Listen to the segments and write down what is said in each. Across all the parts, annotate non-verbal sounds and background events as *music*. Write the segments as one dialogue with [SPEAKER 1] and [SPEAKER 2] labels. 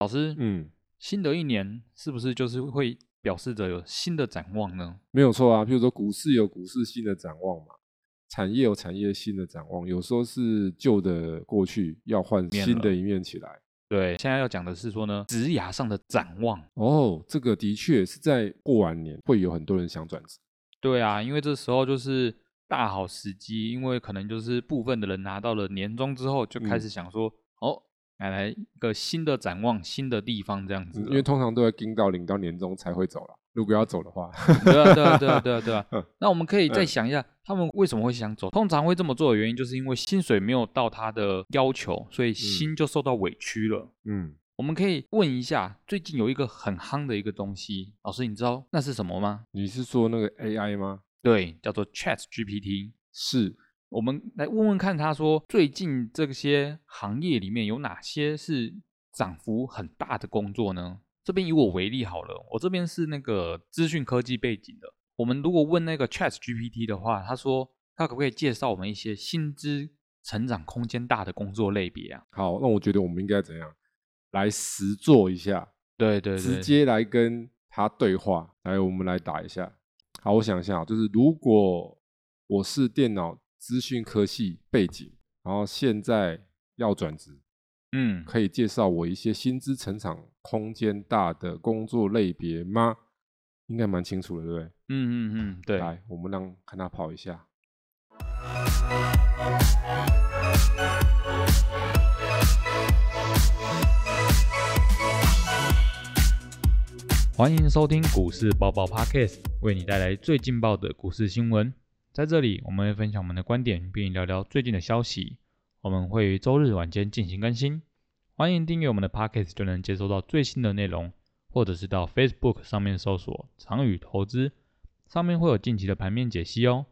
[SPEAKER 1] 老师，
[SPEAKER 2] 嗯，
[SPEAKER 1] 新的一年是不是就是会表示着有新的展望呢？
[SPEAKER 2] 没有错啊。譬如说股市有股市新的展望嘛，产业有产业新的展望，有时候是旧的过去要换
[SPEAKER 1] 面
[SPEAKER 2] 新
[SPEAKER 1] 了
[SPEAKER 2] 的一面起来。
[SPEAKER 1] 对，现在要讲的是说呢，职涯上的展望。
[SPEAKER 2] 哦，这个的确是在过完年会有很多人想转职。
[SPEAKER 1] 对啊，因为这时候就是大好时机，因为可能就是部分的人拿到了年终之后，就开
[SPEAKER 2] 嗯
[SPEAKER 1] 始想说，哦，来来一个新的展望，新的地方这样子
[SPEAKER 2] 嗯
[SPEAKER 1] 了。
[SPEAKER 2] 因为通常都会盯到领到年终才会走了。如果要走的话， *laughs*
[SPEAKER 1] 对啊，对啊，对啊，对啊，对啊
[SPEAKER 2] 嗯。
[SPEAKER 1] 那我们可以再想一下，他们为什么会想走？通常会这么做的原因，就是因为薪水没有到他的要求，所以心就受到委屈了。
[SPEAKER 2] 嗯，
[SPEAKER 1] 我们可以问一下，最近有一个很夯的一个东西，老师你知道那是什么吗？
[SPEAKER 2] 你是说那个 AI 吗？
[SPEAKER 1] 对，叫做 Chat GPT。
[SPEAKER 2] 是，
[SPEAKER 1] 我们来问问看，他说最近这些行业里面有哪些是涨幅很大的工作呢？这边以我为例好了，我这边是那个资讯科技背景的。我们如果问那个 Chat GPT 的话，他说他可不可以介绍我们一些薪资成长空间大的工作类别啊？
[SPEAKER 2] 好，那我觉得我们应该怎样来实做一下，
[SPEAKER 1] 对对对，
[SPEAKER 2] 直接来跟他对话。来，我们来打一下。好，我想一下啊，就是如果我是电脑资讯科系背景，然后现在要转职，
[SPEAKER 1] 嗯，
[SPEAKER 2] 可以介绍我一些薪资成长空间大的工作类别吗？应该蛮清楚的，对不对？
[SPEAKER 1] 嗯嗯嗯，对，
[SPEAKER 2] 来，我们让看他跑一下。
[SPEAKER 1] 欢迎收听股市爆爆 Podcast，为你带来最劲爆的股市新闻。在这里，我们会分享我们的观点，并聊聊最近的消息。我们会于周日晚间进行更新。欢迎订阅我们的 Podcast，就能接收到最新的内容，或者是到 Facebook 上面搜索“长宇投资”，上面会有近期的盘面解析哦。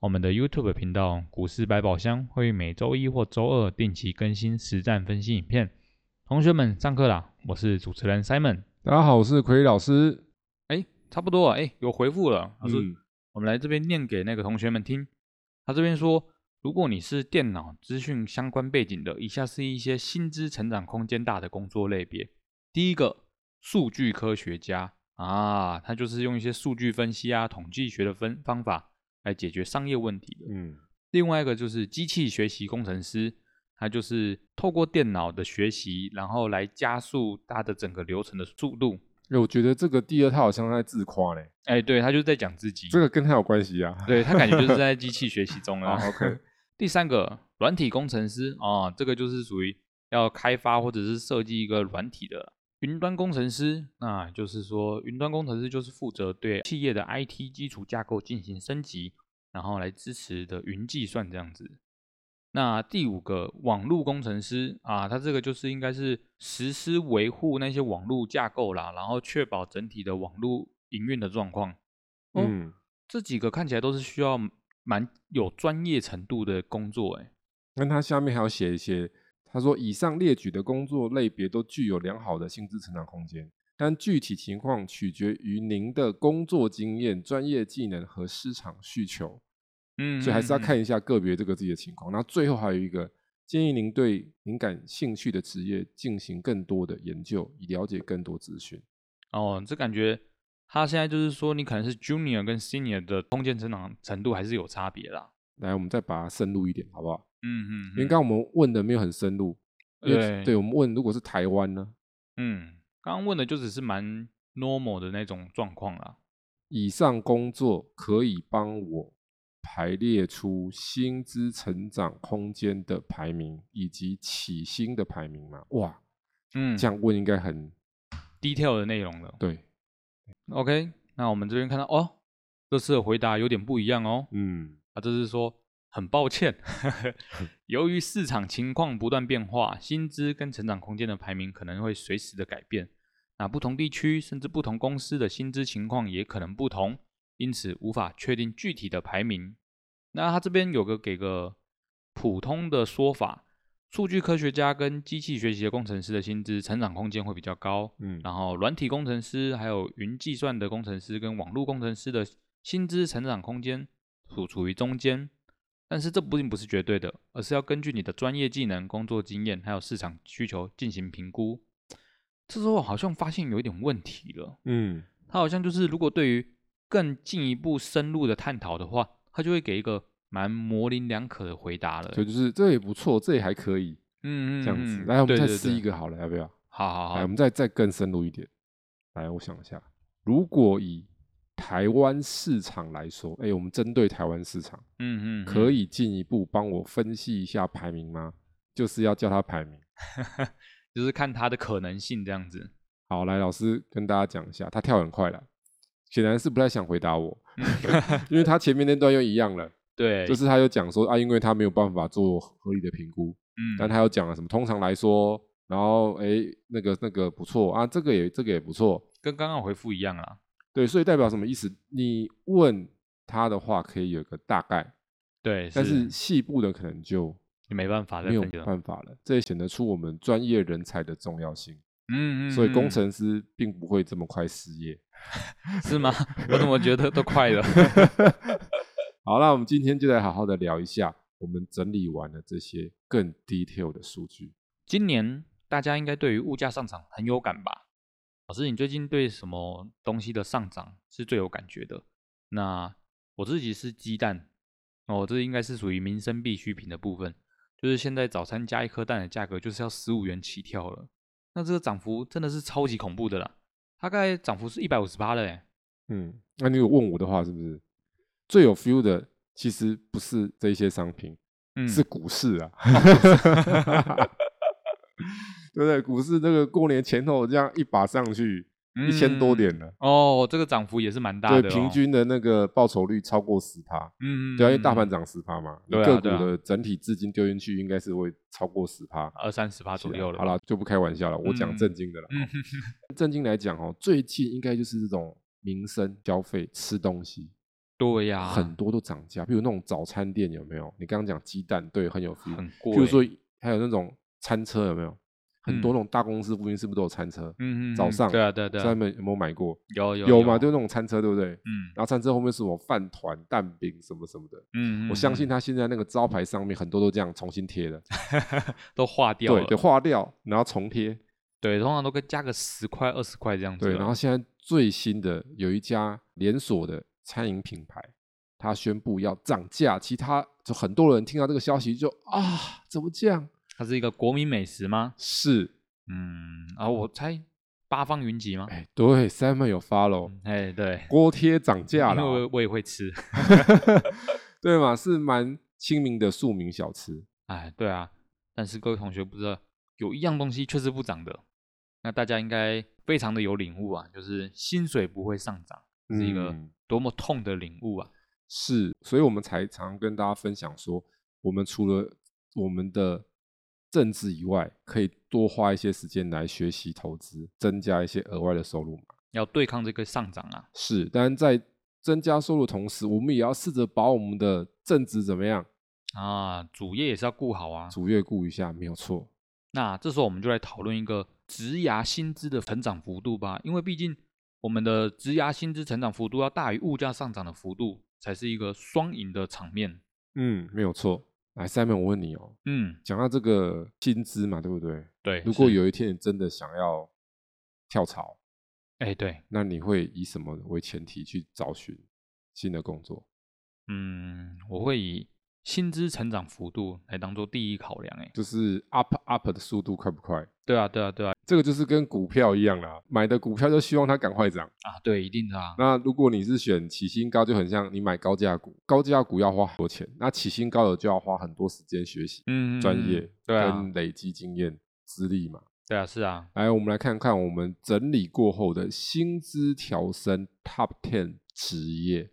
[SPEAKER 1] 我们的 YouTube 频道“股市百宝箱”会于每周一或周二定期更新实战分析影片。同学们，上课啦！我是主持人 Simon。
[SPEAKER 2] 大家好，我是奎老师。
[SPEAKER 1] 差不多啊，哎，有回复了。老师，
[SPEAKER 2] 嗯，
[SPEAKER 1] 我们来这边念给那个同学们听。他这边说，如果你是电脑资讯相关背景的，以下是一些薪资成长空间大的工作类别。第一个，数据科学家啊，他就是用一些数据分析啊、统计学的分方法来解决商业问题的。
[SPEAKER 2] 嗯，
[SPEAKER 1] 另外一个就是机器学习工程师，他就是透过电脑的学习，然后来加速它的整个流程的速度。
[SPEAKER 2] 哎，我觉得这个第二他好像在自夸嘞，
[SPEAKER 1] 哎，对他就是在讲自己。
[SPEAKER 2] 这个跟他有关系啊。
[SPEAKER 1] 对他感觉就是在机器学习中
[SPEAKER 2] *laughs* 好
[SPEAKER 1] 啦。
[SPEAKER 2] ，OK，
[SPEAKER 1] *laughs* 第三个，软体工程师啊、这个就是属于要开发或者是设计一个软体的云端工程师，那就是说云端工程师就是负责对企业的 IT 基础架构进行升级，然后来支持的云计算这样子。那第五个网络工程师啊，他这个就是应该是实施维护那些网络架构啦，然后确保整体的网络营运的状况。哦
[SPEAKER 2] 嗯，
[SPEAKER 1] 这几个看起来都是需要蛮有专业程度的工作，哎，
[SPEAKER 2] 那他下面还要写一些，他说以上列举的工作类别都具有良好的薪资成长空间，但具体情况取决于您的工作经验、专业技能和市场需求，
[SPEAKER 1] 嗯
[SPEAKER 2] 所以还是要
[SPEAKER 1] 嗯
[SPEAKER 2] 看一下个别这个自己的情况。然后最后还有一个建议您对您感兴趣的职业进行更多的研究，以了解更多资讯。
[SPEAKER 1] 哦，这感觉他现在就是说，你可能是 junior 跟 senior 的空间成长程度还是有差别啦。
[SPEAKER 2] 来，我们再把它深入一点，好不好？
[SPEAKER 1] 嗯嗯，
[SPEAKER 2] 因为刚刚我们问的没有很深入，因为
[SPEAKER 1] 对
[SPEAKER 2] 对我们问如果是台湾呢？
[SPEAKER 1] 嗯，刚刚问的就只是蛮 normal 的那种状况啦。
[SPEAKER 2] 以上工作可以帮我排列出薪资成长空间的排名以及起薪的排名吗？哇，
[SPEAKER 1] 嗯，
[SPEAKER 2] 这样问应该很
[SPEAKER 1] detail 的内容了。
[SPEAKER 2] 对，
[SPEAKER 1] OK，那我们这边看到哦，这次的回答有点不一样哦。
[SPEAKER 2] 嗯，
[SPEAKER 1] 啊，这是说很抱歉， *laughs* 由于市场情况不断变化，薪资跟成长空间的排名可能会随时的改变。那不同地区甚至不同公司的薪资情况也可能不同，因此无法确定具体的排名。那他这边有个给个普通的说法，数据科学家跟机器学习的工程师的薪资成长空间会比较高，
[SPEAKER 2] 嗯
[SPEAKER 1] 然后软体工程师、还有云计算的工程师跟网络工程师的薪资成长空间处处于中间，但是这并不是绝对的，而是要根据你的专业技能、工作经验还有市场需求进行评估。这时候好像发现有一点问题了。
[SPEAKER 2] 嗯，
[SPEAKER 1] 他好像就是如果对于更进一步深入的探讨的话，他就会给一个蛮模棱两可的回答了。
[SPEAKER 2] 所以就是这也不错，这也还可以
[SPEAKER 1] 嗯嗯，
[SPEAKER 2] 这样子。
[SPEAKER 1] 嗯
[SPEAKER 2] 来，我们
[SPEAKER 1] 对
[SPEAKER 2] 再
[SPEAKER 1] 对
[SPEAKER 2] 试
[SPEAKER 1] 对
[SPEAKER 2] 一个好了，要不要？
[SPEAKER 1] 好好
[SPEAKER 2] 来，我
[SPEAKER 1] 好，
[SPEAKER 2] 们再再更深入一点。来，我想一下，如果以台湾市场来说，哎，我们针对台湾市场，
[SPEAKER 1] 嗯嗯，
[SPEAKER 2] 可
[SPEAKER 1] 以，
[SPEAKER 2] 以进一步帮我分析一下排名吗？就是要叫它排名。
[SPEAKER 1] 就是看他的可能性这样子。
[SPEAKER 2] 好，来，老师跟大家讲一下，他跳很快了，显然是不太想回答我，
[SPEAKER 1] 嗯
[SPEAKER 2] *laughs* 因为他前面那段又一样了，
[SPEAKER 1] 对，
[SPEAKER 2] 就是他又讲说啊，因为他没有办法做合理的评估，但
[SPEAKER 1] 嗯，
[SPEAKER 2] 他又讲了什么，通常来说，然后诶，那个那个不错啊，这个也这个也不错，
[SPEAKER 1] 跟刚刚回复一样啦。
[SPEAKER 2] 对，所以代表什么意思？你问他的话可以有个大概，
[SPEAKER 1] 对，
[SPEAKER 2] 但
[SPEAKER 1] 是
[SPEAKER 2] 是细部的可能就
[SPEAKER 1] 你没办法再
[SPEAKER 2] 没有
[SPEAKER 1] 分析了。
[SPEAKER 2] 办法了，这也显得出我们专业人才的重要性。
[SPEAKER 1] 嗯嗯，
[SPEAKER 2] 所以工
[SPEAKER 1] 嗯
[SPEAKER 2] 程师并不会这么快失业。
[SPEAKER 1] 是吗？ *laughs* 我怎么觉得都快了？
[SPEAKER 2] *laughs* 好，那我们今天就来好好的聊一下，我们整理完了这些更 detail 的数据。
[SPEAKER 1] 今年大家应该对于物价上涨很有感吧？老师，你最近对什么东西的上涨是最有感觉的？那我自己是鸡蛋，哦，这应该是属于民生必需品的部分。就是现在早餐加一颗蛋的价格就是要十五元起跳了，那这个涨幅真的是超级恐怖的啦，大概涨幅是一百五十八了诶。
[SPEAKER 2] 嗯，那你有问我的话，是不是最有 feel 的？其实不是这些商品，
[SPEAKER 1] 嗯，
[SPEAKER 2] 是股市
[SPEAKER 1] *laughs*
[SPEAKER 2] 啊， *laughs* 对不对？股市这个过年前后这样一把上去，一千多
[SPEAKER 1] 嗯
[SPEAKER 2] 点了，
[SPEAKER 1] 哦，这个涨幅也是蛮大的、哦，
[SPEAKER 2] 对，平均的那个报酬率超过十趴。
[SPEAKER 1] 嗯，嗯，
[SPEAKER 2] 对啊，因为大盘涨十趴嘛，你
[SPEAKER 1] 对啊
[SPEAKER 2] 个股
[SPEAKER 1] 对啊
[SPEAKER 2] 的整体资金丢进去应该是会超过十趴
[SPEAKER 1] 二三十趴左右了，
[SPEAKER 2] 啊好了，就不开玩笑了，我讲
[SPEAKER 1] 嗯
[SPEAKER 2] 正经的了。
[SPEAKER 1] 嗯
[SPEAKER 2] 正经来讲哦，最近应该就是这种民生消费、吃东西，
[SPEAKER 1] 对呀、
[SPEAKER 2] 很多都涨价。比如那种早餐店有没有？你刚刚讲鸡蛋，对，很有 feel。
[SPEAKER 1] 很贵。
[SPEAKER 2] 比如说还有那种餐车有没有？很
[SPEAKER 1] 嗯
[SPEAKER 2] 多那种大公司附近是不是都有餐车？
[SPEAKER 1] 嗯嗯，
[SPEAKER 2] 早
[SPEAKER 1] 嗯
[SPEAKER 2] 上
[SPEAKER 1] 对啊对啊
[SPEAKER 2] 不
[SPEAKER 1] 对
[SPEAKER 2] 知道
[SPEAKER 1] 啊
[SPEAKER 2] 你，们有没有买过？
[SPEAKER 1] 有有
[SPEAKER 2] 有嘛，就那种餐车，对不对？
[SPEAKER 1] 嗯
[SPEAKER 2] 然后餐车后面是什么饭团、蛋饼什么什么的。
[SPEAKER 1] 嗯，
[SPEAKER 2] 我
[SPEAKER 1] 嗯
[SPEAKER 2] 相信
[SPEAKER 1] 嗯
[SPEAKER 2] 他现在那个招牌上面很多都这样重新贴的，
[SPEAKER 1] 嗯都化掉
[SPEAKER 2] 对
[SPEAKER 1] 了，
[SPEAKER 2] 对，划掉然后重贴，
[SPEAKER 1] 对通常都跟加个十块二十块这样子
[SPEAKER 2] 对，
[SPEAKER 1] 了。
[SPEAKER 2] 然后现在最新的有一家连锁的餐饮品牌，它宣布要涨价，其他就很多人听到这个消息就啊，怎么这样？
[SPEAKER 1] 它是一个国民美食吗？
[SPEAKER 2] 是，
[SPEAKER 1] 嗯，啊，我猜八方云集吗？
[SPEAKER 2] 哎，对，Simon 有 follow，
[SPEAKER 1] 哎，对，
[SPEAKER 2] 锅贴涨价
[SPEAKER 1] 因为
[SPEAKER 2] *laughs* 了，
[SPEAKER 1] 我我也会吃。
[SPEAKER 2] 对嘛，是蛮亲民的庶民小吃，
[SPEAKER 1] 哎，对啊，但是各位同学不知道，有一样东西却是不涨的，那大家应该非常的有领悟啊，就是薪水不会上涨，是一个
[SPEAKER 2] 嗯
[SPEAKER 1] 多么痛的领悟啊。
[SPEAKER 2] 是，所以我们才常跟大家分享说，我们除了我们的政治以外，可以多花一些时间来学习投资，增加一些额外的收入嘛。
[SPEAKER 1] 要对抗这个上涨啊，
[SPEAKER 2] 是，但是在增加收入的同时，我们也要试着把我们的正职怎么样，
[SPEAKER 1] 啊，主业也是要顾好啊。
[SPEAKER 2] 主业顾一下，没有错。
[SPEAKER 1] 那这时候我们就来讨论一个职涯薪资的成长幅度吧，因为毕竟我们的职涯薪资成长幅度要大于物价上涨的幅度，才是一个双赢的场面。
[SPEAKER 2] 嗯，没有错。来，Simon，我问你哦，
[SPEAKER 1] 嗯，
[SPEAKER 2] 讲到这个薪资嘛，对不对？
[SPEAKER 1] 对。
[SPEAKER 2] 如果
[SPEAKER 1] 是，
[SPEAKER 2] 有一天你真的想要跳槽，
[SPEAKER 1] 哎，对，
[SPEAKER 2] 那你会以什么为前提去找寻新的工作？
[SPEAKER 1] 嗯，我会以薪资成长幅度来当做第一考量。哎，
[SPEAKER 2] 就是 up up 的速度快不快？
[SPEAKER 1] 对啊，对啊，对啊，
[SPEAKER 2] 这个就是跟股票一样啦，买的股票就希望它赶快涨。
[SPEAKER 1] 啊，对，一定的啊。
[SPEAKER 2] 那如果你是选起薪高，就很像你买高价股，高价股要花很多钱，那起薪高的就要花很多时间学习、
[SPEAKER 1] 嗯，嗯
[SPEAKER 2] 专
[SPEAKER 1] 嗯
[SPEAKER 2] 业
[SPEAKER 1] 对啊
[SPEAKER 2] 跟，累积经验、资历嘛。
[SPEAKER 1] 对啊，是啊，
[SPEAKER 2] 来，我们来看看我们整理过后的薪资调升 Top Ten 职业，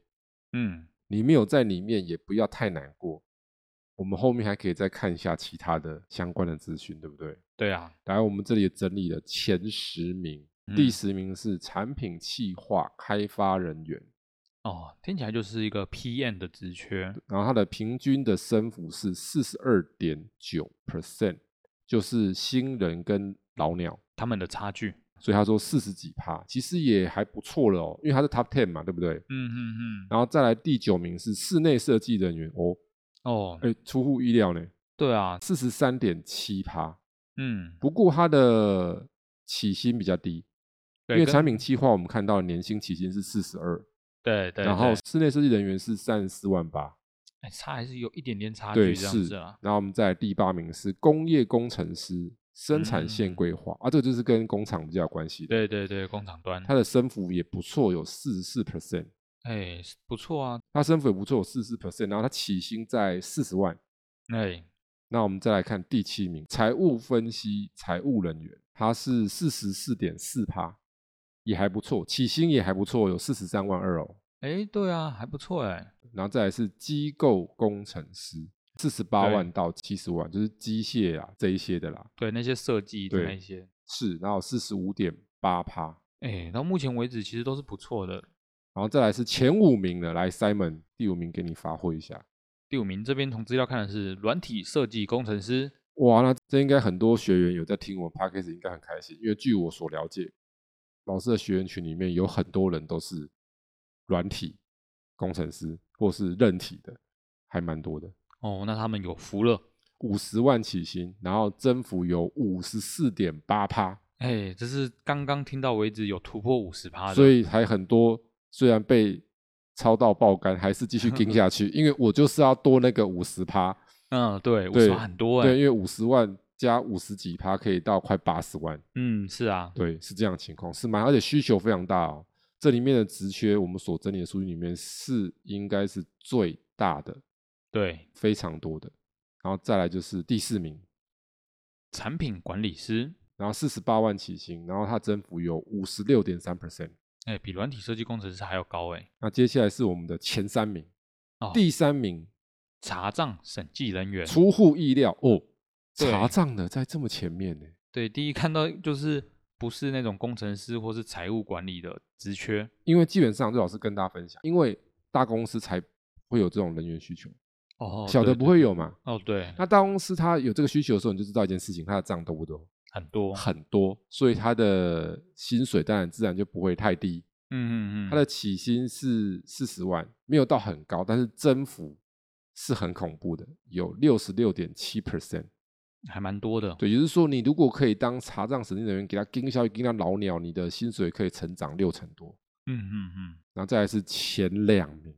[SPEAKER 1] 嗯，
[SPEAKER 2] 你没有在里面也不要太难过。我们后面还可以再看一下其他的相关的资讯，对不对？
[SPEAKER 1] 对啊，
[SPEAKER 2] 来，我们这里也整理了前十名，第
[SPEAKER 1] 嗯
[SPEAKER 2] 十名是产品企划开发人员，
[SPEAKER 1] 哦，听起来就是一个 PM 的职缺。
[SPEAKER 2] 然后它的平均的升幅是四十二点九 percent，就是新人跟老鸟，
[SPEAKER 1] 他们的差距。
[SPEAKER 2] 所以他说四十几趴，其实也还不错了哦，因为它是 top ten 嘛，对不对？
[SPEAKER 1] 嗯嗯嗯。
[SPEAKER 2] 然后再来第九名是室内设计人员哦，
[SPEAKER 1] 哦，
[SPEAKER 2] 哎，出乎意料呢，
[SPEAKER 1] 对啊，
[SPEAKER 2] 四十三点七趴，
[SPEAKER 1] 嗯
[SPEAKER 2] 不过它的起薪比较低，因
[SPEAKER 1] 对
[SPEAKER 2] 为
[SPEAKER 1] 跟
[SPEAKER 2] 产品企划我们看到年薪起薪是四十二，
[SPEAKER 1] 对对，
[SPEAKER 2] 然后
[SPEAKER 1] 对
[SPEAKER 2] 室内设计人员是三十四万八，
[SPEAKER 1] 哎差还是有一点点差
[SPEAKER 2] 对
[SPEAKER 1] 距这样
[SPEAKER 2] 是
[SPEAKER 1] 子啊。。
[SPEAKER 2] 然后我们再来第八名是工业工程师生产线
[SPEAKER 1] 嗯
[SPEAKER 2] 规划、啊，这个就是跟工厂比较有关系的。
[SPEAKER 1] 对对对，工厂端，
[SPEAKER 2] 他的升幅也不错，有四十四 percent，
[SPEAKER 1] 哎是不错啊，
[SPEAKER 2] 他升幅也不错，有四十 percent，然后他起薪在四十万。
[SPEAKER 1] 哎
[SPEAKER 2] 那我们再来看第七名，财务分析财务人员，他是四十四点四趴，也还不错，起薪也还不错，有四十三万二哦。
[SPEAKER 1] 哎对啊，还不错哎。
[SPEAKER 2] 然后再来是机构工程师，四十八
[SPEAKER 1] 对
[SPEAKER 2] 万到七十万，就是机械啊这一些的啦。
[SPEAKER 1] 对那些设计的
[SPEAKER 2] 对
[SPEAKER 1] 那一些，
[SPEAKER 2] 是，然后四十五点八趴，
[SPEAKER 1] 哎到目前为止其实都是不错的。
[SPEAKER 2] 然后再来是前五名的，来 Simon 第五名给你发挥一下。
[SPEAKER 1] 第五名这边从资料看的是软体设计工程师，
[SPEAKER 2] 哇，那这应该很多学员有在听我们 podcast，应该很开心，因为据我所了解，老师的学员群里面有很多人都是软体工程师或是韧体的，还蛮多的，
[SPEAKER 1] 哦，那他们有福了。
[SPEAKER 2] 五十万起薪，然后增幅有五十四点八趴，
[SPEAKER 1] 哎，这是刚刚听到为止有突破五十趴的，
[SPEAKER 2] 所以还很多虽然被抄到爆肝，还是继续盯下去，因为我就是要多那个五十趴，
[SPEAKER 1] 嗯，对，五
[SPEAKER 2] 对
[SPEAKER 1] 十趴很多哎、
[SPEAKER 2] 对，因为五十万加五十几趴可以到快八十万。
[SPEAKER 1] 嗯，是啊，
[SPEAKER 2] 对，是这样的情况，是蛮，而且需求非常大哦。这里面的职缺，我们所整理的数据里面是应该是最大的，
[SPEAKER 1] 对，
[SPEAKER 2] 非常多的。然后再来就是第四名，
[SPEAKER 1] 产品管理师，
[SPEAKER 2] 然后四十八万起薪，然后它增幅有五十六点三 percent。
[SPEAKER 1] 哎，比软体设计工程师还要高哎、
[SPEAKER 2] 那接下来是我们的前三名，
[SPEAKER 1] 哦
[SPEAKER 2] 第三名
[SPEAKER 1] 查账审计人员，
[SPEAKER 2] 出乎意料哦，
[SPEAKER 1] 对
[SPEAKER 2] 查账的在这么前面呢。
[SPEAKER 1] 对，第一看到就是不是那种工程师或是财务管理的职缺，
[SPEAKER 2] 因为基本上最好是跟大家分享，因为大公司才会有这种人员需求，
[SPEAKER 1] 哦，
[SPEAKER 2] 小的
[SPEAKER 1] 对
[SPEAKER 2] 不，会有嘛。
[SPEAKER 1] 对哦，对，
[SPEAKER 2] 那大公司它有这个需求的时候，你就知道一件事情，它的账多不多，
[SPEAKER 1] 很多，
[SPEAKER 2] 很多，所以它的薪水当然自然就不会太低。
[SPEAKER 1] 嗯嗯嗯，
[SPEAKER 2] 它的起薪是四十万，没有到很高，但是增幅是很恐怖的，有六十六点七 percent。
[SPEAKER 1] 还蛮多的，
[SPEAKER 2] 对，也就是说，你如果可以当查账审计人员，给他盯下去，盯他老鸟，你的薪水可以成长六成多。
[SPEAKER 1] 嗯嗯嗯
[SPEAKER 2] 然后再来是前两名，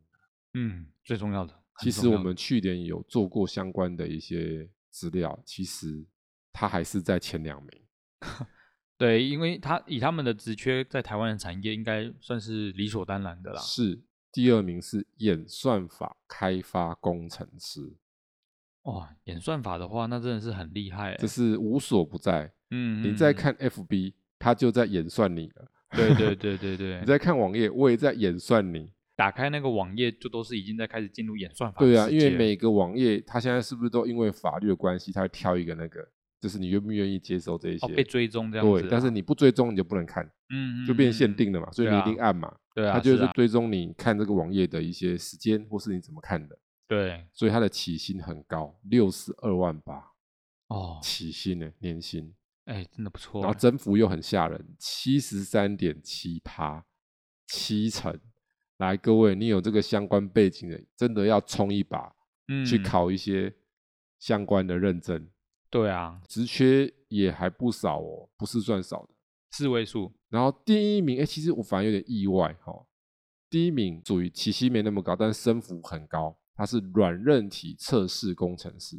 [SPEAKER 1] 嗯，最重要的，很
[SPEAKER 2] 其实
[SPEAKER 1] 重
[SPEAKER 2] 我
[SPEAKER 1] 要
[SPEAKER 2] 们去年有做过相关的一些资料，其实它还是在前两名。
[SPEAKER 1] 对，因为他以他们的职缺在台湾的产业应该算是理所当然的啦，
[SPEAKER 2] 是第二名是演算法开发工程师，
[SPEAKER 1] 哇、演算法的话，那真的是很厉害、欸，
[SPEAKER 2] 这是无所不在。
[SPEAKER 1] 嗯，
[SPEAKER 2] 你
[SPEAKER 1] 嗯
[SPEAKER 2] 在
[SPEAKER 1] 嗯
[SPEAKER 2] 看 FB，它就在演算你了；
[SPEAKER 1] 对对对对
[SPEAKER 2] *laughs* 你
[SPEAKER 1] 对，
[SPEAKER 2] 在看网页，我也在演算你。
[SPEAKER 1] 打开那个网页就都是已经在开始进入演算法的
[SPEAKER 2] 对啊，
[SPEAKER 1] 世
[SPEAKER 2] 因为
[SPEAKER 1] 界
[SPEAKER 2] 每个网页它现在是不是都因为法律的关系，它会挑一个那个，就是你愿不愿意接受这一些？
[SPEAKER 1] 哦被追踪这样子啊，
[SPEAKER 2] 对，但是你不追踪你就不能看，
[SPEAKER 1] 嗯
[SPEAKER 2] 就变限，
[SPEAKER 1] 嗯嗯
[SPEAKER 2] 定了嘛，所以
[SPEAKER 1] 对
[SPEAKER 2] 你一
[SPEAKER 1] 啊
[SPEAKER 2] 定按嘛，
[SPEAKER 1] 对啊，
[SPEAKER 2] 它就是是
[SPEAKER 1] 啊
[SPEAKER 2] 追踪你看这个网页的一些时间或是你怎么看的，
[SPEAKER 1] 对
[SPEAKER 2] 所以它的起薪很高，六十二万八
[SPEAKER 1] 哦，
[SPEAKER 2] 起薪呢，年薪。
[SPEAKER 1] 哎，真的不错
[SPEAKER 2] 然后
[SPEAKER 1] 欸，
[SPEAKER 2] 增幅又很吓人，七十三点七趴，七成。来，各位，你有这个相关背景的，真的要冲一把，
[SPEAKER 1] 嗯，
[SPEAKER 2] 去考一些相关的认证，
[SPEAKER 1] 对啊，
[SPEAKER 2] 职缺也还不少哦，不是算少的。
[SPEAKER 1] 四位数，
[SPEAKER 2] 然后第一名，哎，其实我反而有点意外哈、哦，第一名属于起薪没那么高，但升幅很高，他是软韧体测试工程师，